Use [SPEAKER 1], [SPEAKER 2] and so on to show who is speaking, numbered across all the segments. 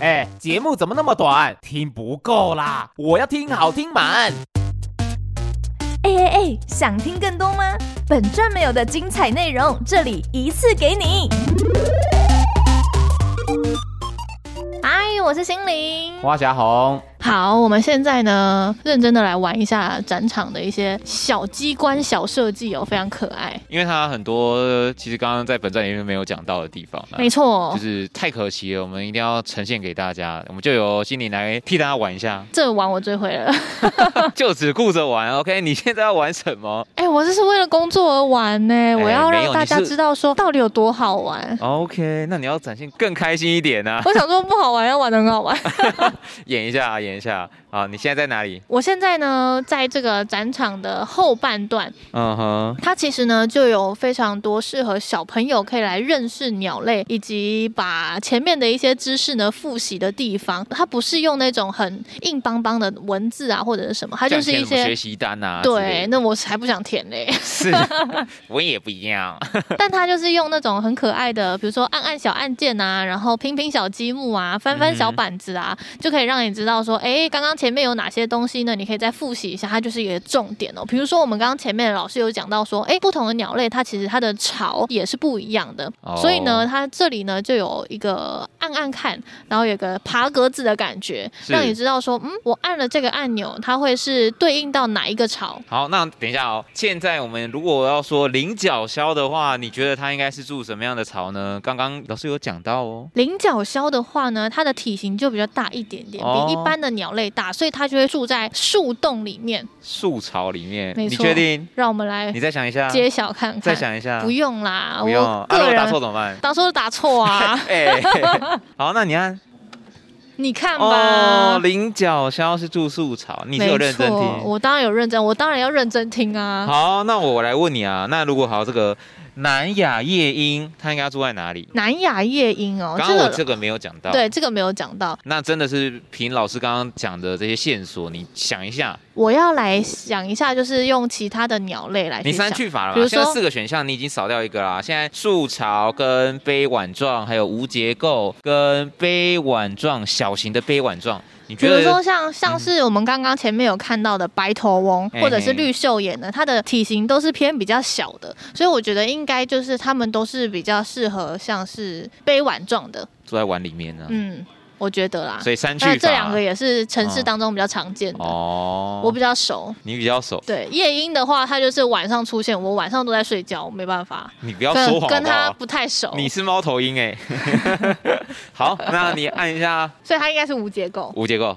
[SPEAKER 1] 哎，节目怎么那么短？听不够啦！我要听好听满。
[SPEAKER 2] 哎哎哎，想听更多吗？本站没有的精彩内容，这里一次给你。嗨，我是心灵。
[SPEAKER 1] 花霞红，
[SPEAKER 3] 好，我们现在呢，认真的来玩一下展场的一些小机关、小设计哦，非常可爱。
[SPEAKER 4] 因为它很多呃其实刚刚在本站里面没有讲到的地方啦，
[SPEAKER 3] 没错
[SPEAKER 4] 啊就，是太可惜了，我们一定要呈现给大家，我们就由心灵来替大家玩
[SPEAKER 3] ，
[SPEAKER 4] 一下
[SPEAKER 3] 这玩我最会了。
[SPEAKER 4] 就只顾着玩，OK？你现在要玩什么
[SPEAKER 3] 哎、我这是为了工作而玩呢、我要
[SPEAKER 4] 哎没有
[SPEAKER 3] 让大家
[SPEAKER 4] 你是
[SPEAKER 3] 知道说到底有多好玩。
[SPEAKER 4] ？OK，那你要展现更开心一点啊，
[SPEAKER 3] 我想说不好玩，要玩的很好玩。
[SPEAKER 4] 演一下啊，演一下啊！你现在在哪里？
[SPEAKER 3] 我现在呢，在这个展场的后半段，
[SPEAKER 4] 嗯哼，
[SPEAKER 3] 它其实呢就有非常多适合小朋友可以来认识鸟类，以及把前面的一些知识呢复习的地方。它不是用那种很硬邦邦的文字啊或者是什么，它就是一
[SPEAKER 4] 像以前什么
[SPEAKER 3] 些。
[SPEAKER 4] 学习单啊，
[SPEAKER 3] 对，，那我才不想填嘞。
[SPEAKER 4] 是， 我也不一样，
[SPEAKER 3] 但它就是用那种很可爱的，比如说按按小按键啊，然后拼拼小积木啊，翻翻小板子啊，
[SPEAKER 4] 嗯
[SPEAKER 3] 就可以让你知道说，哎，刚刚前面有哪些东西呢？你可以再复习一下，它就是一个重点哦。比如说我们刚刚前面老师有讲到说，哎，不同的鸟类它其实它的巢也是不一样的，
[SPEAKER 4] 哦
[SPEAKER 3] 所以呢，它这里呢就有一个按按看，然后有个爬格子的感觉，
[SPEAKER 4] 是
[SPEAKER 3] 让你知道说，嗯，我按了这个按钮，它会是对应到哪一个巢。
[SPEAKER 4] 好，那等一下哦。现在我们如果要说菱角鸮的话，你觉得它应该是住什么样的巢呢？刚刚老师有讲到哦。
[SPEAKER 3] 菱角鸮的话呢，它的体型就比较大一点点，
[SPEAKER 4] 哦
[SPEAKER 3] 比一般的鸟类大，所以它就会住在树洞里面。
[SPEAKER 4] 树巢里面，
[SPEAKER 3] 没
[SPEAKER 4] 你
[SPEAKER 3] 错哎
[SPEAKER 4] 确定？
[SPEAKER 3] 让我们来
[SPEAKER 4] 你再想一下，
[SPEAKER 3] 揭晓看看。
[SPEAKER 4] 再想一下，
[SPEAKER 3] 不用啦，
[SPEAKER 4] 不用
[SPEAKER 3] 我
[SPEAKER 4] 啊，如
[SPEAKER 3] 个
[SPEAKER 4] 果
[SPEAKER 3] 人、
[SPEAKER 4] 答错怎么办？，
[SPEAKER 3] 打错就打错啊
[SPEAKER 4] 哎、好，那你按
[SPEAKER 3] 你看吧。
[SPEAKER 4] 哦，菱角鸮是住树巢，你是有
[SPEAKER 3] 没
[SPEAKER 4] 认真
[SPEAKER 3] 错
[SPEAKER 4] 听。
[SPEAKER 3] 我当然有认真，我当然要认真听啊。
[SPEAKER 4] 好，那我来问你啊，那如果好这个南亚夜莺，它应该住在哪里？
[SPEAKER 3] 南亚夜莺哦，
[SPEAKER 4] 刚
[SPEAKER 3] 这
[SPEAKER 4] 刚我
[SPEAKER 3] 个
[SPEAKER 4] 这个没有讲到，
[SPEAKER 3] 对这个没有讲到，
[SPEAKER 4] 那真的是凭老师刚刚讲的这些线索，你想一下，
[SPEAKER 3] 我要来想一下，就是用其他的鸟类来去
[SPEAKER 4] 你
[SPEAKER 3] 想
[SPEAKER 4] 删去法了
[SPEAKER 3] 比
[SPEAKER 4] 嘛？
[SPEAKER 3] 如
[SPEAKER 4] 现在
[SPEAKER 3] 说
[SPEAKER 4] 四个选项你已经少掉一个啦。现在树巢跟杯碗状，还有无结构跟杯碗状小型的杯碗状，你
[SPEAKER 3] 比
[SPEAKER 4] 觉
[SPEAKER 3] 如说
[SPEAKER 4] 得？嗯
[SPEAKER 3] 像像是我们刚刚前面有看到的白头翁
[SPEAKER 4] 嘿嘿
[SPEAKER 3] 或者是绿袖眼的，它的体型都是偏比较小的，所以我觉得应该就是它们都是比较适合像是杯碗状的，
[SPEAKER 4] 住在碗里面呢、
[SPEAKER 3] 嗯，我觉得啦。
[SPEAKER 4] 所以删去法
[SPEAKER 3] 那这两个也是城市当中比较常见的，
[SPEAKER 4] 哦，
[SPEAKER 3] 我比较熟。
[SPEAKER 4] 你比较熟，
[SPEAKER 3] 对夜莺的话，它就是晚上出现，我晚上都在睡觉，没办法，
[SPEAKER 4] 你不要
[SPEAKER 3] 跟
[SPEAKER 4] 说谎好
[SPEAKER 3] 跟
[SPEAKER 4] 不
[SPEAKER 3] 它
[SPEAKER 4] 好？
[SPEAKER 3] 不太熟，
[SPEAKER 4] 你是猫头鹰哎、 好，那你按一下
[SPEAKER 3] 所以它应该是无结构，
[SPEAKER 4] 无结构。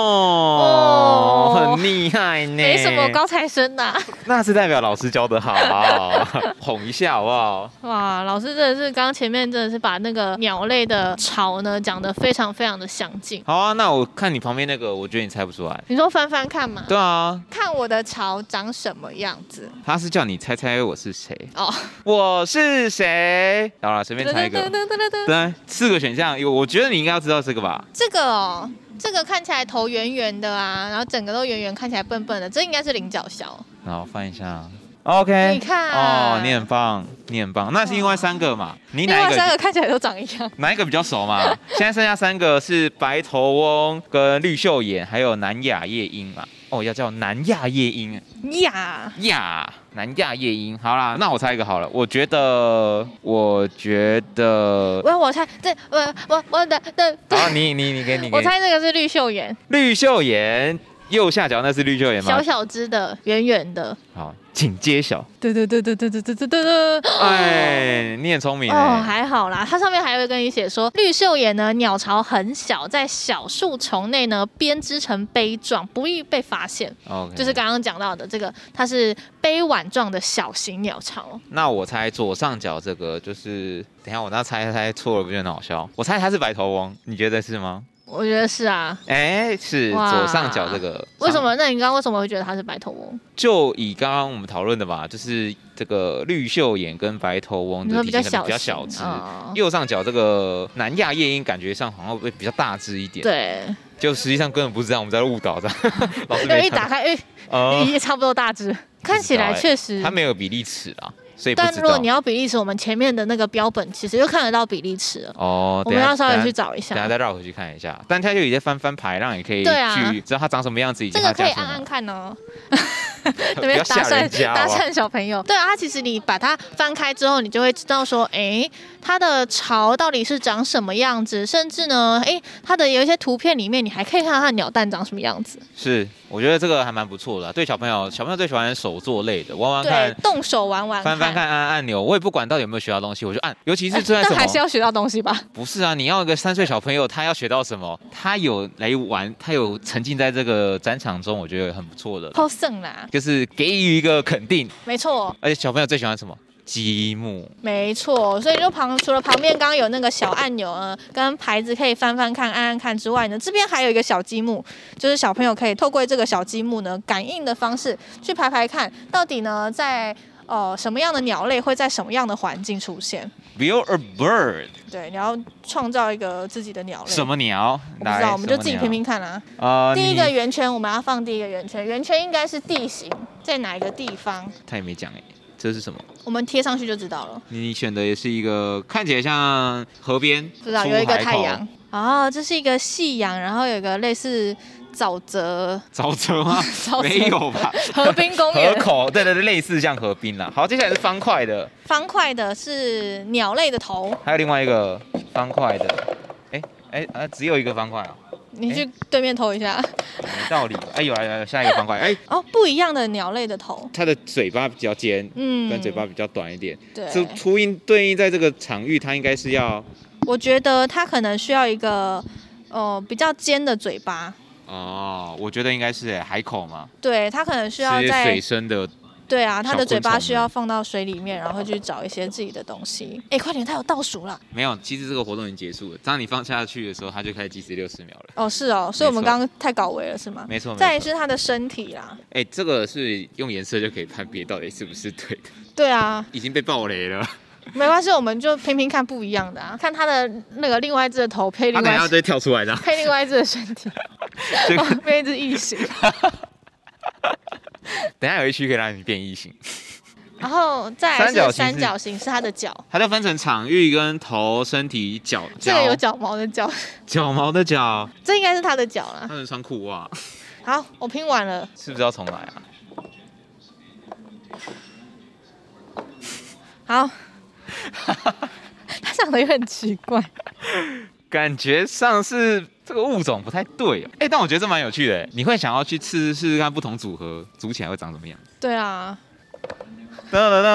[SPEAKER 4] 哦，很厉害呢，
[SPEAKER 3] 没什么高材生呐、
[SPEAKER 4] 那是代表老师教的好，啊 哄一下好不好？
[SPEAKER 3] 哇，老师真的是刚刚前面真的是把那个鸟类的巢呢讲得非常非常的详尽。
[SPEAKER 4] 好啊，那我看你旁边那个，我觉得你猜不出来。
[SPEAKER 3] 你说翻翻看嘛，
[SPEAKER 4] 对啊，
[SPEAKER 3] 看我的巢长什么样子
[SPEAKER 4] 他是叫你猜猜我是谁，
[SPEAKER 3] 哦。
[SPEAKER 4] 我是谁？好了，随便猜一
[SPEAKER 3] 噔噔
[SPEAKER 4] 个。
[SPEAKER 3] 噔噔噔
[SPEAKER 4] 对，四个选项，有我觉得你应该要知道这个吧？
[SPEAKER 3] 这个哦，这个看起来头圆圆的啊，然后整个都圆圆，看起来笨笨的，这应该是菱角鸮。
[SPEAKER 4] 然后翻一下。OK，
[SPEAKER 3] 你看
[SPEAKER 4] 哦，你很棒，你很棒。那是另外三个嘛？你
[SPEAKER 3] 另
[SPEAKER 4] 哪
[SPEAKER 3] 外
[SPEAKER 4] 一
[SPEAKER 3] 三
[SPEAKER 4] 个？
[SPEAKER 3] 个看起来都长一样。
[SPEAKER 4] 哪一个比较熟嘛？现在剩下三个是白头翁、跟绿袖眼，还有南亚夜莺嘛？哦，要叫南亚夜莺啊
[SPEAKER 3] 呀，
[SPEAKER 4] 亚，南亚夜莺。好啦，那我猜一个好了。我觉得，我觉得，
[SPEAKER 3] 我我猜这我我我的的，
[SPEAKER 4] 好，你你你给你给
[SPEAKER 3] 我猜这个是绿袖眼，
[SPEAKER 4] 绿袖眼，右下角那是绿袖眼吗
[SPEAKER 3] 小？小只的，圆圆的。
[SPEAKER 4] 好，请揭晓。
[SPEAKER 3] 对对对对对对对对对。
[SPEAKER 4] 哎，你很聪明
[SPEAKER 3] 哦，
[SPEAKER 4] 哎。
[SPEAKER 3] 还好啦，它上面还会跟你写说，绿袖眼呢，鸟巢很小，在小树丛内呢编织成杯状，不易被发现。
[SPEAKER 4] OK，
[SPEAKER 3] 就是刚刚讲到的这个，它是杯碗状的小型鸟巢。
[SPEAKER 4] 那我猜左上角这个就是，等一下我那猜猜错了，不就很好笑？我猜它是白头翁，你觉得是吗？
[SPEAKER 3] 我觉得是啊，
[SPEAKER 4] 哎、是
[SPEAKER 3] 哇
[SPEAKER 4] 左上角这个。
[SPEAKER 3] 为什
[SPEAKER 4] 上？
[SPEAKER 3] 么？那你刚刚为什么会觉得它是白头翁？
[SPEAKER 4] 就以刚刚我们讨论的吧，就是这个绿袖眼跟白头翁
[SPEAKER 3] 你
[SPEAKER 4] 的
[SPEAKER 3] 说
[SPEAKER 4] 体
[SPEAKER 3] 比
[SPEAKER 4] 型
[SPEAKER 3] 较
[SPEAKER 4] 可能
[SPEAKER 3] 小
[SPEAKER 4] 比较小只。
[SPEAKER 3] 型哦
[SPEAKER 4] 右上角这个南亚夜莺感觉上好像会比较大只一点，，
[SPEAKER 3] 对，
[SPEAKER 4] 就实际上根本不是这样，我们在误导这样。 老师
[SPEAKER 3] 因为
[SPEAKER 4] 没
[SPEAKER 3] 一打
[SPEAKER 4] 看，
[SPEAKER 3] 开，哎、
[SPEAKER 4] 呃，哎
[SPEAKER 3] 也差不多大只，看起来确实
[SPEAKER 4] 它没有比例尺啊，所以不
[SPEAKER 3] 但
[SPEAKER 4] 知
[SPEAKER 3] 如果
[SPEAKER 4] 道
[SPEAKER 3] 你。要比例尺，我们前面的那个标本其实就看得到比例尺了。
[SPEAKER 4] 哦，
[SPEAKER 3] 我
[SPEAKER 4] 等
[SPEAKER 3] 们
[SPEAKER 4] 一下
[SPEAKER 3] 要稍微
[SPEAKER 4] 等
[SPEAKER 3] 去
[SPEAKER 4] 一下
[SPEAKER 3] 找一
[SPEAKER 4] 等一下
[SPEAKER 3] 下，
[SPEAKER 4] 再绕回去看一下。但它就有些翻翻牌，让你可以
[SPEAKER 3] 对啊
[SPEAKER 4] 去知道它长什么样子，以及
[SPEAKER 3] 这
[SPEAKER 4] 它
[SPEAKER 3] 个可
[SPEAKER 4] 价
[SPEAKER 3] 以
[SPEAKER 4] 钱
[SPEAKER 3] 按按
[SPEAKER 4] 嘛。
[SPEAKER 3] 看哦。
[SPEAKER 4] 不
[SPEAKER 3] 那边
[SPEAKER 4] 要
[SPEAKER 3] 搭
[SPEAKER 4] 吓人
[SPEAKER 3] 讪
[SPEAKER 4] 家哦
[SPEAKER 3] 搭
[SPEAKER 4] 好不好
[SPEAKER 3] 讪小朋友。对啊，其实你把它翻开之后，你就会知道说，诶，它的巢到底是长什么样子，甚至呢，诶，它的有一些图片里面，你还可以看到它的鸟蛋长什么样子。
[SPEAKER 4] 是，我觉得这个还蛮不错的啊，对小朋友，小朋友最喜欢手作类的，玩玩
[SPEAKER 3] 对
[SPEAKER 4] 看，，
[SPEAKER 3] 动手玩玩
[SPEAKER 4] 翻翻看，按按按钮，我也不管到底有没有学到东西，我就按。尤其是最爱什
[SPEAKER 3] 哎但还是
[SPEAKER 4] 么？
[SPEAKER 3] 要学到东西吧。
[SPEAKER 4] 不是啊，你要一个三岁小朋友，他要学到什么？他有来玩，他有沉浸在这个战场中，我觉得很不错的啦，
[SPEAKER 3] 好胜啦，
[SPEAKER 4] 就是给予一个肯定。
[SPEAKER 3] 没错，
[SPEAKER 4] 而且小朋友最喜欢什么？积木。
[SPEAKER 3] 没错。所以就旁除了旁边刚刚有那个小按钮呢，跟牌子可以翻翻看、按按看之外呢，这边还有一个小积木，就是小朋友可以透过这个小积木呢，感应的方式去排排看，到底呢在呃什么样的鸟类会在什么样的环境出现。
[SPEAKER 4] Build a bird，
[SPEAKER 3] 对，你要创造一个自己的鸟类。
[SPEAKER 4] 什？么鸟？
[SPEAKER 3] 我不知
[SPEAKER 4] 来
[SPEAKER 3] 道，我们就自己评。
[SPEAKER 4] 什么鸟
[SPEAKER 3] 评看啦、
[SPEAKER 4] 呃，
[SPEAKER 3] 第一
[SPEAKER 4] 你
[SPEAKER 3] 个圆圈，我们要放第一个圆圈，圆圈应该是地形，在哪一个地方？
[SPEAKER 4] 他也没讲哎，这是什么？
[SPEAKER 3] 我们贴上去就知道了。
[SPEAKER 4] 你选的也是一个看起来像河边，
[SPEAKER 3] 不知道
[SPEAKER 4] 出
[SPEAKER 3] 有一个
[SPEAKER 4] 海口
[SPEAKER 3] 太阳，哦，这是一个夕阳，然后有一个类似沼 泽
[SPEAKER 4] 沼泽吗
[SPEAKER 3] 沼泽？
[SPEAKER 4] 没有吧？
[SPEAKER 3] 河滨公
[SPEAKER 4] 河
[SPEAKER 3] 园
[SPEAKER 4] 口，对对对，类似像河滨啦。好，接下来是方块的，
[SPEAKER 3] 方块的是鸟类的头，
[SPEAKER 4] 还有另外一个方块的。哎哎啊，只有一个方块啊，
[SPEAKER 3] 你去对面投一下。
[SPEAKER 4] 没道理吧。哎，有啊有啊有下一个方块。哎，
[SPEAKER 3] 哦，不一样的鸟类的头，
[SPEAKER 4] 它的嘴巴比较尖，
[SPEAKER 3] 嗯，
[SPEAKER 4] 跟嘴巴比较短一点，这
[SPEAKER 3] 对，
[SPEAKER 4] 呼应对应在这个场域，它应该是要
[SPEAKER 3] 我觉得它可能需要一个呃比较尖的嘴巴，
[SPEAKER 4] 哦，我觉得应该是哎海口嘛，
[SPEAKER 3] 对，啊它可能需要
[SPEAKER 4] 是水
[SPEAKER 3] 在
[SPEAKER 4] 生的
[SPEAKER 3] 对啊，它的
[SPEAKER 4] 小昆
[SPEAKER 3] 嘴巴
[SPEAKER 4] 虫
[SPEAKER 3] 需
[SPEAKER 4] 呢
[SPEAKER 3] 要放到水里面，然后去找一些自己的东西。哎，快点，它有倒数了。
[SPEAKER 4] 没有，其实这个活动已经结束了。当你放下去的时候，它就开始计时六十秒了。
[SPEAKER 3] 哦，是哦，所以我们
[SPEAKER 4] 没错
[SPEAKER 3] 刚刚太搞维了是吗？
[SPEAKER 4] 没错，
[SPEAKER 3] 再
[SPEAKER 4] 没
[SPEAKER 3] 来
[SPEAKER 4] 错。
[SPEAKER 3] 是它的身体啦，
[SPEAKER 4] 哎、这个是用颜色就可以判别到底是不是对的，
[SPEAKER 3] 对啊，
[SPEAKER 4] 已经被爆雷了。
[SPEAKER 3] 没关系，我们就拼拼看不一样的啊，看它的那个另外一只的头配
[SPEAKER 4] 它
[SPEAKER 3] 另
[SPEAKER 4] 等一
[SPEAKER 3] 外
[SPEAKER 4] 下
[SPEAKER 3] 一
[SPEAKER 4] 就
[SPEAKER 3] 只。
[SPEAKER 4] 会跳出来的
[SPEAKER 3] 配另外一只的身体，
[SPEAKER 4] 结果
[SPEAKER 3] 变一只异形。
[SPEAKER 4] 等一下有一区可以让你变异形。
[SPEAKER 3] 然后再来
[SPEAKER 4] 三角
[SPEAKER 3] 是
[SPEAKER 4] 形是
[SPEAKER 3] 三角形，是它的脚，
[SPEAKER 4] 它就分成场域跟头、身体、脚、
[SPEAKER 3] 这个有
[SPEAKER 4] 脚
[SPEAKER 3] 脚毛的脚，
[SPEAKER 4] 脚毛的脚，
[SPEAKER 3] 这应该是它的脚啦
[SPEAKER 4] 它。能穿裤袜，
[SPEAKER 3] 好，我拼完了，
[SPEAKER 4] 是不是要重来啊？
[SPEAKER 3] 好。它长得有点奇怪，
[SPEAKER 4] 感觉上是这个物种不太对、哦。哎、但我觉得这蛮有趣的欸，你会想要去试试试看不同组合组起来会长什么样。
[SPEAKER 3] 对啊，
[SPEAKER 4] 噔噔
[SPEAKER 3] 哎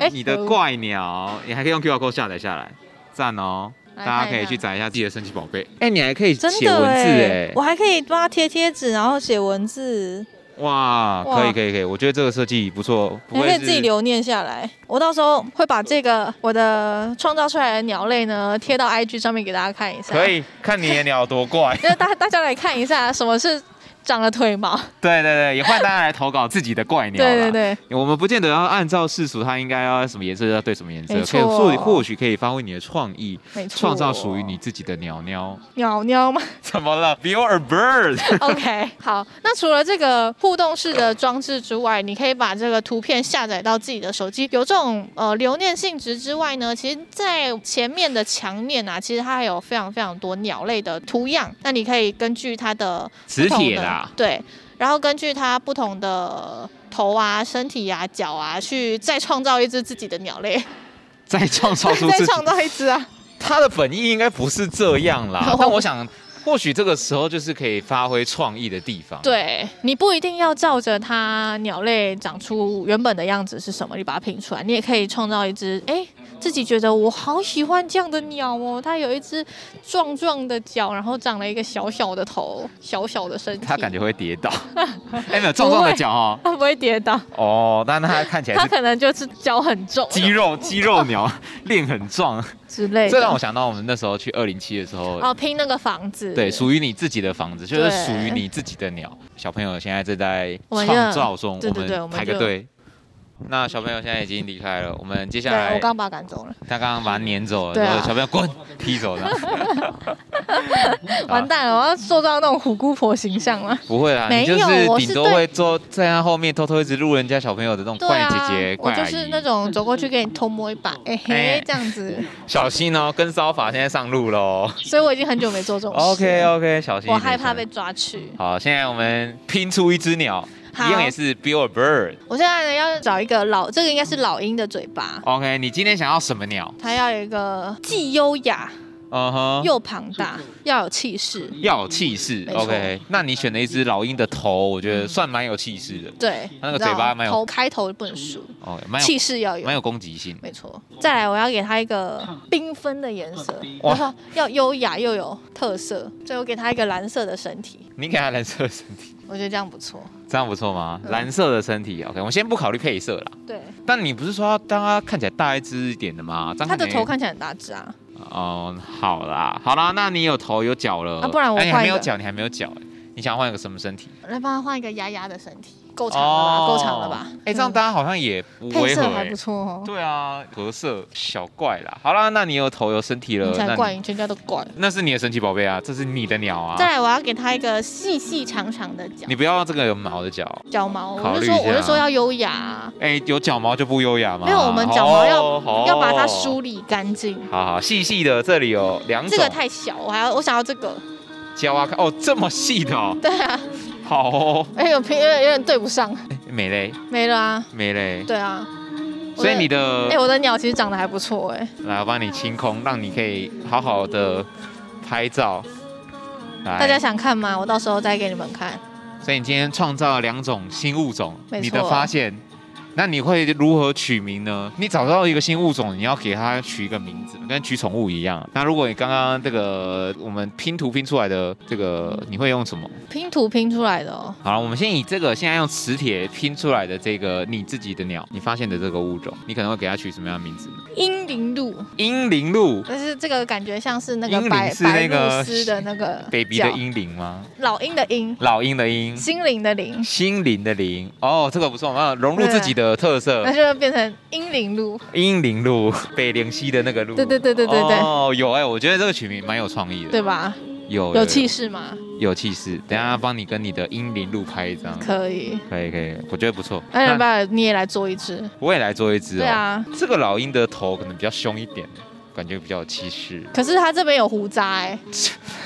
[SPEAKER 4] 噔！你的怪鸟，你还可以用 QR code 下载下来，赞哦！
[SPEAKER 3] 来
[SPEAKER 4] 大
[SPEAKER 3] 看一下
[SPEAKER 4] 家可以去载一下自己的神奇宝贝。哎、你还可以
[SPEAKER 3] 真
[SPEAKER 4] 写
[SPEAKER 3] 的
[SPEAKER 4] 文字
[SPEAKER 3] 哎
[SPEAKER 4] 哎，，
[SPEAKER 3] 我还可以帮它贴贴纸，然后写文字，
[SPEAKER 4] 哇，
[SPEAKER 3] 哇
[SPEAKER 4] 可以可以可以，我觉得这个设计不错，不
[SPEAKER 3] 你
[SPEAKER 4] 会
[SPEAKER 3] 可以
[SPEAKER 4] 是
[SPEAKER 3] 自己留念下来，我到时候会把这个我的创造出来的鸟类呢贴到 IG 上面给大家看一下。
[SPEAKER 4] 可，以看你的鸟多怪。
[SPEAKER 3] 让大大家来看一下什么是长了腿毛。
[SPEAKER 4] 对对对，也欢迎大家来投稿自己的怪鸟。
[SPEAKER 3] 对对。对，
[SPEAKER 4] 我们不见得要按照世俗，它应该要什么颜色要对什么颜色，
[SPEAKER 3] 没
[SPEAKER 4] 可
[SPEAKER 3] 错
[SPEAKER 4] 以或或许可以发挥你的创意，
[SPEAKER 3] 没错。
[SPEAKER 4] 创造属于你自己的鸟鸟。
[SPEAKER 3] 鸟鸟吗
[SPEAKER 4] 怎么了？Be a bird。
[SPEAKER 3] ？OK，好。那除了这个互动式的装置之外，你可以把这个图片下载到自己的手机，有这种呃留念性质之外呢，其实，在前面的墙面啊，其实它还有非常非常多鸟类的图样，那你可以根据它的
[SPEAKER 4] 磁
[SPEAKER 3] 不同
[SPEAKER 4] 铁
[SPEAKER 3] 的
[SPEAKER 4] 啦，
[SPEAKER 3] 对，然后根据它不同的头啊、身体啊、脚啊，去再创造一只自己的鸟类，
[SPEAKER 4] 再创造出
[SPEAKER 3] 再
[SPEAKER 4] 自己
[SPEAKER 3] 创造一只啊。
[SPEAKER 4] 他的本意应该不是这样啦
[SPEAKER 3] 哦，
[SPEAKER 4] 但我想，或许这个时候就是可以发挥创意的地方。，
[SPEAKER 3] 对，你不一定要照着它鸟类长出原本的样子是什么，你把它拼出来，你也可以创造一只，哎，自己觉得我好喜欢这样的鸟哦，它有一只壮壮的脚，然后长了一个小小的头，小小的身体，
[SPEAKER 4] 他感觉会跌 倒。哎，没有壮壮的脚哦，
[SPEAKER 3] 它不会跌倒，
[SPEAKER 4] 哦，但他看起来
[SPEAKER 3] 它
[SPEAKER 4] 是
[SPEAKER 3] 可能就是脚很重
[SPEAKER 4] 肌肉肌 肉鸟，练很壮。
[SPEAKER 3] 之类的。
[SPEAKER 4] 这让我想到我们那时候去二零七的时候。
[SPEAKER 3] 哦，拼那个房子，
[SPEAKER 4] 对，属于你自己的房子，就是
[SPEAKER 3] 对
[SPEAKER 4] 属于你自己的鸟。小朋友现在正在
[SPEAKER 3] 我们
[SPEAKER 4] 创
[SPEAKER 3] 就
[SPEAKER 4] 造中，
[SPEAKER 3] 对对对我
[SPEAKER 4] 我
[SPEAKER 3] 们
[SPEAKER 4] 们排个
[SPEAKER 3] 就
[SPEAKER 4] 队，那小朋友现在已经离开了，我们接下
[SPEAKER 3] 对
[SPEAKER 4] 来
[SPEAKER 3] 我刚把他赶走了，
[SPEAKER 4] 他刚刚把他撵走了，
[SPEAKER 3] 对啊
[SPEAKER 4] 然后小朋友滚，踢走 了。
[SPEAKER 3] 完蛋了，我要塑造那种虎姑婆形象了。
[SPEAKER 4] 不会啦，
[SPEAKER 3] 没
[SPEAKER 4] 你
[SPEAKER 3] 有
[SPEAKER 4] 就是
[SPEAKER 3] 我是
[SPEAKER 4] 顶多
[SPEAKER 3] 对
[SPEAKER 4] 会坐在他后面偷偷一直录人家小朋友的那种
[SPEAKER 3] 对
[SPEAKER 4] 怪
[SPEAKER 3] 啊
[SPEAKER 4] 姐姐、，
[SPEAKER 3] 我
[SPEAKER 4] 怪
[SPEAKER 3] 就
[SPEAKER 4] 阿
[SPEAKER 3] 是
[SPEAKER 4] 姨
[SPEAKER 3] 那。种走过去给你偷摸一把，哎
[SPEAKER 4] 哎
[SPEAKER 3] 嘿，这样子，
[SPEAKER 4] 小心哦，跟骚法现在上路喽。
[SPEAKER 3] 所以我已经很久没做这种事。
[SPEAKER 4] OK OK，小心一点。
[SPEAKER 3] 哦我害怕
[SPEAKER 4] 小
[SPEAKER 3] 被
[SPEAKER 4] 心。
[SPEAKER 3] 抓去。
[SPEAKER 4] 好，现在我们拼出一只鸟，
[SPEAKER 3] 好
[SPEAKER 4] 一样也是 Build a Bird。
[SPEAKER 3] 我现在呢要找一个老，这个应该是老鹰的嘴巴，
[SPEAKER 4] OK，你今天想要什么鸟？
[SPEAKER 3] 它要有一个既优雅
[SPEAKER 4] 嗯哼，
[SPEAKER 3] 又庞大，要有气势。
[SPEAKER 4] 要有气势
[SPEAKER 3] 没。错
[SPEAKER 4] OK，那你选了一只老鹰的头，我觉得算蛮有气势的。
[SPEAKER 3] 对，
[SPEAKER 4] 它那个
[SPEAKER 3] 你知道
[SPEAKER 4] 嘴巴蛮有
[SPEAKER 3] 头开头不能输，
[SPEAKER 4] 哦，蛮有
[SPEAKER 3] 气势要有
[SPEAKER 4] 蛮。有攻击性。
[SPEAKER 3] 没错，再来我要给它一个缤纷的颜色，
[SPEAKER 4] 哇
[SPEAKER 3] 然后要优雅又有特色，所以我给它一个蓝色的身体，
[SPEAKER 4] 你给它蓝色的身体，
[SPEAKER 3] 我觉得这样不错。
[SPEAKER 4] 这样不错吗？
[SPEAKER 3] 嗯
[SPEAKER 4] 蓝色的身体，OK，我们先不考虑配色啦。
[SPEAKER 3] 对，
[SPEAKER 4] 但你不是说要让它看起来大一只一点的吗？这样
[SPEAKER 3] 它的
[SPEAKER 4] 起来
[SPEAKER 3] 头看起来很大只啊，
[SPEAKER 4] 哦，好啦，好啦，那你有头有脚了
[SPEAKER 3] 啊不然我
[SPEAKER 4] 哎你还
[SPEAKER 3] 换一
[SPEAKER 4] 没有
[SPEAKER 3] 个
[SPEAKER 4] 脚，你还没有脚，哎你想换一个什么身体？
[SPEAKER 3] 来帮它画一个丫丫的身体，够长了吧？够长了吧？
[SPEAKER 4] 哎，这样
[SPEAKER 3] 嗯
[SPEAKER 4] 大家好像也不
[SPEAKER 3] 配
[SPEAKER 4] 违和
[SPEAKER 3] 色还
[SPEAKER 4] 哎
[SPEAKER 3] 不。错哦。
[SPEAKER 4] 对啊，合色小怪啦。好啦，那你有头有身体了
[SPEAKER 3] 你，才
[SPEAKER 4] 那
[SPEAKER 3] 怪，
[SPEAKER 4] 你
[SPEAKER 3] 你全家都怪。
[SPEAKER 4] 那是你的神奇宝贝啊，这是你的鸟啊。
[SPEAKER 3] 再来，我要给它一个细细长长的脚
[SPEAKER 4] 你不要这个有毛的脚，
[SPEAKER 3] 脚毛，我
[SPEAKER 4] 考
[SPEAKER 3] 就
[SPEAKER 4] 虑
[SPEAKER 3] 说
[SPEAKER 4] 一下
[SPEAKER 3] 我就说要优雅啊，
[SPEAKER 4] 哎，有脚毛就不优雅吗？
[SPEAKER 3] 没有我们脚毛要
[SPEAKER 4] 哦好
[SPEAKER 3] 要把它梳理干净。
[SPEAKER 4] 好好细细的，这里有两
[SPEAKER 3] 这
[SPEAKER 4] 种
[SPEAKER 3] 个太小，我还要我想要这个，
[SPEAKER 4] 胶啊，哦，这么细的哦，
[SPEAKER 3] 对啊，
[SPEAKER 4] 好哦，
[SPEAKER 3] 哎有点有点有点对不上，
[SPEAKER 4] 哎没嘞
[SPEAKER 3] 没了啊，
[SPEAKER 4] 没嘞，
[SPEAKER 3] 对啊。我
[SPEAKER 4] 所以你
[SPEAKER 3] 哎、
[SPEAKER 4] 的
[SPEAKER 3] 我的鸟其实长得还不错哎、
[SPEAKER 4] 来，我帮你清空，让你可以好好的拍照。来
[SPEAKER 3] 大家，想看吗？我到时候再给你们看。
[SPEAKER 4] 所以你今天创造了两种新物种，
[SPEAKER 3] 没错
[SPEAKER 4] 你的发现，那你会如何取名呢？你找到一个新物种，你要给它取一个名字，跟取宠物一样。那如果你刚刚这个我们拼图拼出来的这个，你会用什么？
[SPEAKER 3] 拼图拼出来的哦，
[SPEAKER 4] 好了，我们先以这个现在用磁铁拼出来的这个你自己的鸟，你发现的这个物种，你可能会给它取什么样的名字呢？
[SPEAKER 3] 英灵鹿，
[SPEAKER 4] 英灵鹿，
[SPEAKER 3] 但是这个感觉像是那
[SPEAKER 4] 英
[SPEAKER 3] 个
[SPEAKER 4] 灵
[SPEAKER 3] 白
[SPEAKER 4] 是那个
[SPEAKER 3] 白鹭鸶的那个
[SPEAKER 4] baby
[SPEAKER 3] 脚
[SPEAKER 4] 的英灵吗？
[SPEAKER 3] 老鹰的鹰，
[SPEAKER 4] 老鹰的 鹰，
[SPEAKER 3] 心灵的灵，
[SPEAKER 4] 心灵的灵。哦，这个不错，我们要融入自己的特
[SPEAKER 3] 那
[SPEAKER 4] 色。
[SPEAKER 3] 就变成英灵鹿。
[SPEAKER 4] 英灵路，北灵溪的那个路。
[SPEAKER 3] 对对对对对对，
[SPEAKER 4] 哦，有哎、我觉得这个取名蛮有创意的。
[SPEAKER 3] 对吧？
[SPEAKER 4] 有
[SPEAKER 3] 有气
[SPEAKER 4] 势，
[SPEAKER 3] 势吗？
[SPEAKER 4] 有气势。等一下帮你跟你的英灵路拍一 张。
[SPEAKER 3] 可以。
[SPEAKER 4] 可以可以，我觉得不错。
[SPEAKER 3] 那要不
[SPEAKER 4] 那
[SPEAKER 3] 要你哎也来做一只？
[SPEAKER 4] 我也来做一只哦。
[SPEAKER 3] 对啊，
[SPEAKER 4] 这个老鹰的头可能比较凶一点，感觉比较有气势。
[SPEAKER 3] 可是它这边有胡渣哎、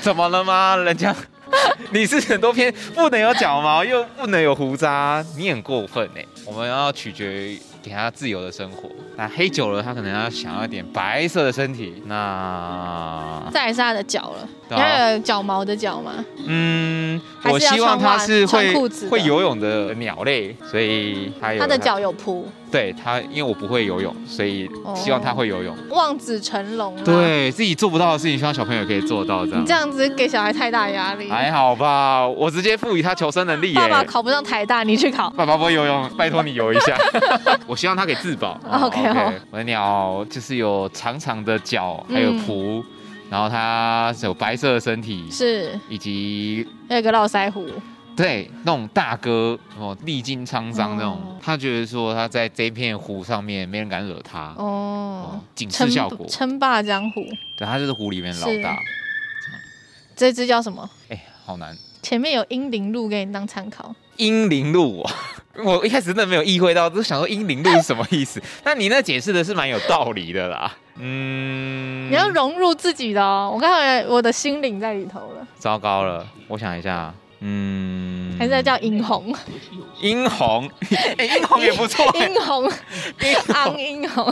[SPEAKER 4] 怎么了吗？人家 你是很多篇不能有脚毛，又不能有胡渣，你很过分哎！我们要取决于给他自由的生活。那黑久了，他可能要想要一点白色的身体。那
[SPEAKER 3] 再来是它的脚了，
[SPEAKER 4] 对
[SPEAKER 3] 你
[SPEAKER 4] 啊
[SPEAKER 3] 要有脚毛的脚吗？
[SPEAKER 4] 嗯，
[SPEAKER 3] 还是
[SPEAKER 4] 我
[SPEAKER 3] 要
[SPEAKER 4] 希望
[SPEAKER 3] 穿袜
[SPEAKER 4] 它是
[SPEAKER 3] 穿
[SPEAKER 4] 会
[SPEAKER 3] 裤子的
[SPEAKER 4] 会游泳的鸟类，所以它有
[SPEAKER 3] 它的，脚有蹼，
[SPEAKER 4] 对它，因为我不会游泳，所以
[SPEAKER 3] 哦
[SPEAKER 4] 希望它会游泳。
[SPEAKER 3] 望子成龙啦。
[SPEAKER 4] 对自己做不到的事情，希望小朋友可以做到这样
[SPEAKER 3] 你这。样子给小孩太大压力。
[SPEAKER 4] 还好吧，我直接赋予他求生能力耶。
[SPEAKER 3] 爸爸考不上台大，你去考。
[SPEAKER 4] 爸爸不会游泳，拜托你游一 下。我希望它可以自保。哦
[SPEAKER 3] OK，好哦
[SPEAKER 4] 我的鸟就是有长长的脚，还有蹼，然后它有白色的身体，
[SPEAKER 3] 是，
[SPEAKER 4] 以及
[SPEAKER 3] 还有一个络腮胡，
[SPEAKER 4] 对那种大哥哦，历经沧桑那种
[SPEAKER 3] 哦。
[SPEAKER 4] 他觉得说他在这片湖上面没人敢惹他，哦
[SPEAKER 3] 哦，，
[SPEAKER 4] 警
[SPEAKER 3] 称
[SPEAKER 4] 示效果。
[SPEAKER 3] 称霸江湖。
[SPEAKER 4] 对，他就是湖里面老
[SPEAKER 3] 是
[SPEAKER 4] 大。
[SPEAKER 3] 这只叫什么？
[SPEAKER 4] 哎，好难。
[SPEAKER 3] 前面有英灵鹿给你当参考。
[SPEAKER 4] 英灵路，我我一开始真的没有意会到，就想说英灵路是什么意思。那你那解释的是蛮有道理的啦。嗯，
[SPEAKER 3] 你要融入自己的哦，我刚才我的心灵在里头了，
[SPEAKER 4] 糟糕了，我想一下，嗯，
[SPEAKER 3] 还是在叫殷 红，
[SPEAKER 4] 殷红，哎、殷红也不错、
[SPEAKER 3] 殷红，
[SPEAKER 4] 殷
[SPEAKER 3] 昂殷 红，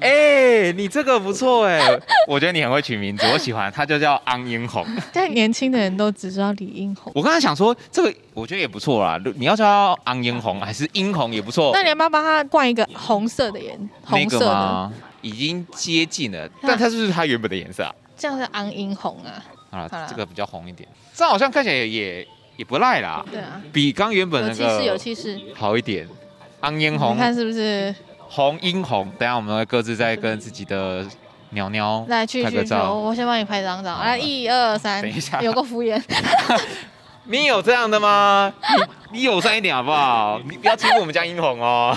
[SPEAKER 4] 哎、你这个不错哎、我觉得你很会取名字，我喜欢，它就叫昂殷红。
[SPEAKER 3] 现在年轻的人都只知道李殷红，
[SPEAKER 4] 我刚才想说，这个我觉得也不错啦，你要叫它昂殷红还是殷红也不错
[SPEAKER 3] 那，你要不要帮他冠一个红色的颜，
[SPEAKER 4] 那
[SPEAKER 3] 红色啊
[SPEAKER 4] 个
[SPEAKER 3] 的，
[SPEAKER 4] 吗？已经接近了，但它是不是它原本的颜色啊？
[SPEAKER 3] 这样是昂殷红啊，
[SPEAKER 4] 好
[SPEAKER 3] 好
[SPEAKER 4] 了
[SPEAKER 3] 啦，
[SPEAKER 4] 这个比较红一点，这好像看起来也也不赖啦，
[SPEAKER 3] 对啊，
[SPEAKER 4] 比刚原本
[SPEAKER 3] 有
[SPEAKER 4] 那
[SPEAKER 3] 气势有
[SPEAKER 4] 个
[SPEAKER 3] 气势，
[SPEAKER 4] 好一点。昂英
[SPEAKER 3] 你
[SPEAKER 4] 红，
[SPEAKER 3] 看是不是？
[SPEAKER 4] 红英红，等一下我们会各自再跟自己的鸟鸟
[SPEAKER 3] 来去
[SPEAKER 4] 拍个
[SPEAKER 3] 去去，
[SPEAKER 4] 照。
[SPEAKER 3] 我我先帮你拍张照，
[SPEAKER 4] 好
[SPEAKER 3] 来一二三
[SPEAKER 4] 等一下，
[SPEAKER 3] 有个敷衍，
[SPEAKER 4] 你有这样的吗？你你友善一点好不好？你不要欺负我们家英 红哦。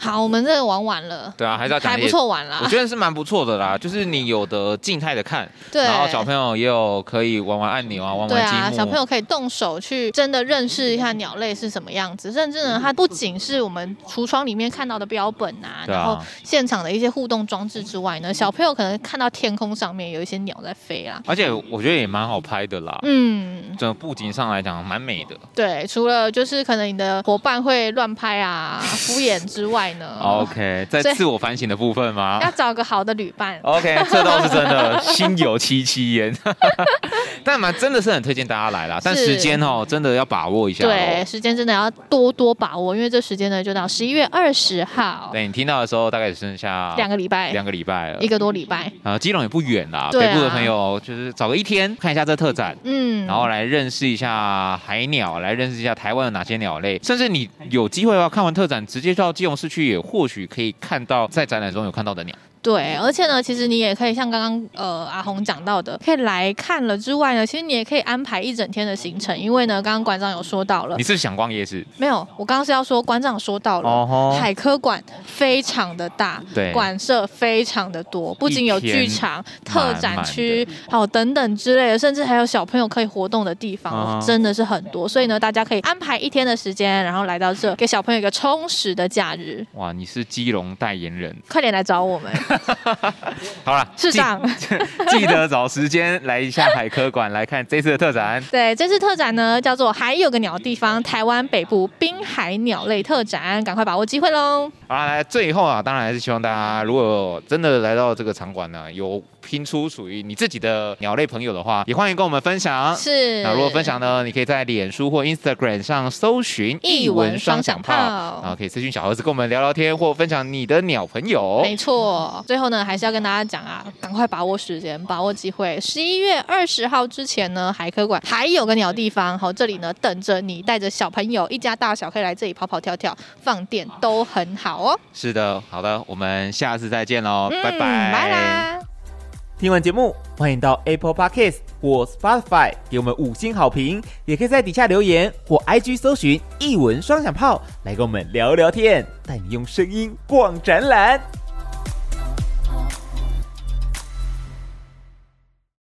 [SPEAKER 3] 好，我们这个玩完了，
[SPEAKER 4] 对啊，还是要讲
[SPEAKER 3] 还
[SPEAKER 4] 一
[SPEAKER 3] 不
[SPEAKER 4] 点。
[SPEAKER 3] 错啊玩
[SPEAKER 4] 我
[SPEAKER 3] 啦。
[SPEAKER 4] 觉得是蛮不错的啦，就是你有的静态的看，
[SPEAKER 3] 对，
[SPEAKER 4] 然后小朋友也有可以玩玩按钮啊，玩
[SPEAKER 3] 对
[SPEAKER 4] 玩积木。
[SPEAKER 3] 啊，小朋友可以动手去真的认识一下鸟类是什么样子，甚至
[SPEAKER 4] 嗯
[SPEAKER 3] 呢，它不仅是我们橱窗里面看到的标本啊，
[SPEAKER 4] 对啊
[SPEAKER 3] 然后现场的一些互动装置之外呢，小朋友可能看到天空上面有一些鸟在飞啦。
[SPEAKER 4] 而且我觉得也蛮好拍的啦，
[SPEAKER 3] 嗯，
[SPEAKER 4] 整个布景上来讲蛮美的。
[SPEAKER 3] 对，除了就是可能你的伙伴会乱拍啊、敷衍之外呢
[SPEAKER 4] OK，在
[SPEAKER 3] 嗯所以
[SPEAKER 4] 自我反省的部分 吗
[SPEAKER 3] 要找个好的旅伴。
[SPEAKER 4] ？OK，这倒是真的，心有戚戚焉。 但蛮真的是很推荐大家来啦，但
[SPEAKER 3] 是
[SPEAKER 4] 时间哦真的要把握一下。哦
[SPEAKER 3] 对，。时间真的要多多把握，因为这时间呢就到十一月二十号，
[SPEAKER 4] 对你听到的时候，大概只剩下
[SPEAKER 3] 两个礼拜，
[SPEAKER 4] 两个礼拜了
[SPEAKER 3] 一。个多礼拜。
[SPEAKER 4] 啊，基隆也不远啦，
[SPEAKER 3] 对啊
[SPEAKER 4] 北部的朋友就是找个一天看一下这特展。
[SPEAKER 3] 嗯，
[SPEAKER 4] 然后来认识一下海鸟，来认识一下台湾有哪些鸟类，甚至你有机会的话，看完特展直接到基隆市区，也或许可以看到在展览中有看到的鸟。
[SPEAKER 3] 对，而且呢，其实你也可以像刚刚呃阿红讲到的，可以来看了之外呢，其实你也可以安排一整天的行程，因为呢，刚刚馆长有说到了
[SPEAKER 4] 你，是不是想逛夜市？
[SPEAKER 3] 没有，我刚刚是要说馆长说到了。
[SPEAKER 4] 哦吼，
[SPEAKER 3] 海科馆非常的大，
[SPEAKER 4] 对
[SPEAKER 3] 馆舍非常的多，不仅有剧场、特展
[SPEAKER 4] 满
[SPEAKER 3] 区，还有等等之类的，甚至还有小朋友可以活动的地方，
[SPEAKER 4] 啊
[SPEAKER 3] 真的是很多。所以呢，大家可以安排一天的时间，然后来到这，给小朋友一个充实的假日。
[SPEAKER 4] 哇，你是基隆代言人。
[SPEAKER 3] 快点来找我们，
[SPEAKER 4] 好啦，
[SPEAKER 3] 市
[SPEAKER 4] 记
[SPEAKER 3] 长。
[SPEAKER 4] 记得找时间来一下海科馆来看这次的特展。
[SPEAKER 3] 对，这次特展呢叫做“还有个鸟地方”，台湾北部滨海鸟类特展，赶快把握机会喽！
[SPEAKER 4] 好啦，来最后啊，当然还是希望大家如果真的来到这个场馆呢、有拼出属于你自己的鸟类朋友的话，也欢迎跟我们分享。
[SPEAKER 3] 是，
[SPEAKER 4] 那如果分享呢，你可以在脸书或 Instagram 上搜寻“
[SPEAKER 3] 一文双响炮
[SPEAKER 4] 然后可以私讯小盒子跟我们聊聊天，或分享你的鸟朋友。
[SPEAKER 3] 没错，最后呢，还是要跟大家讲啊，赶快把握时间，把握机会。十一月二十号之前呢，海科馆还有个鸟地方，好，这里呢等着你，带着小朋友，一家大小可以来这里跑跑跳跳、放电，都很好哦。嗯
[SPEAKER 4] 是的，好的，我们下次再见喽，拜拜，
[SPEAKER 3] 拜啦！
[SPEAKER 1] 听完节目，欢迎到 Apple Podcast 或 Spotify 给我们五星好评，也可以在底下留言或 IG 搜寻“一文双响炮”来跟我们聊聊天，带你用声音逛展览。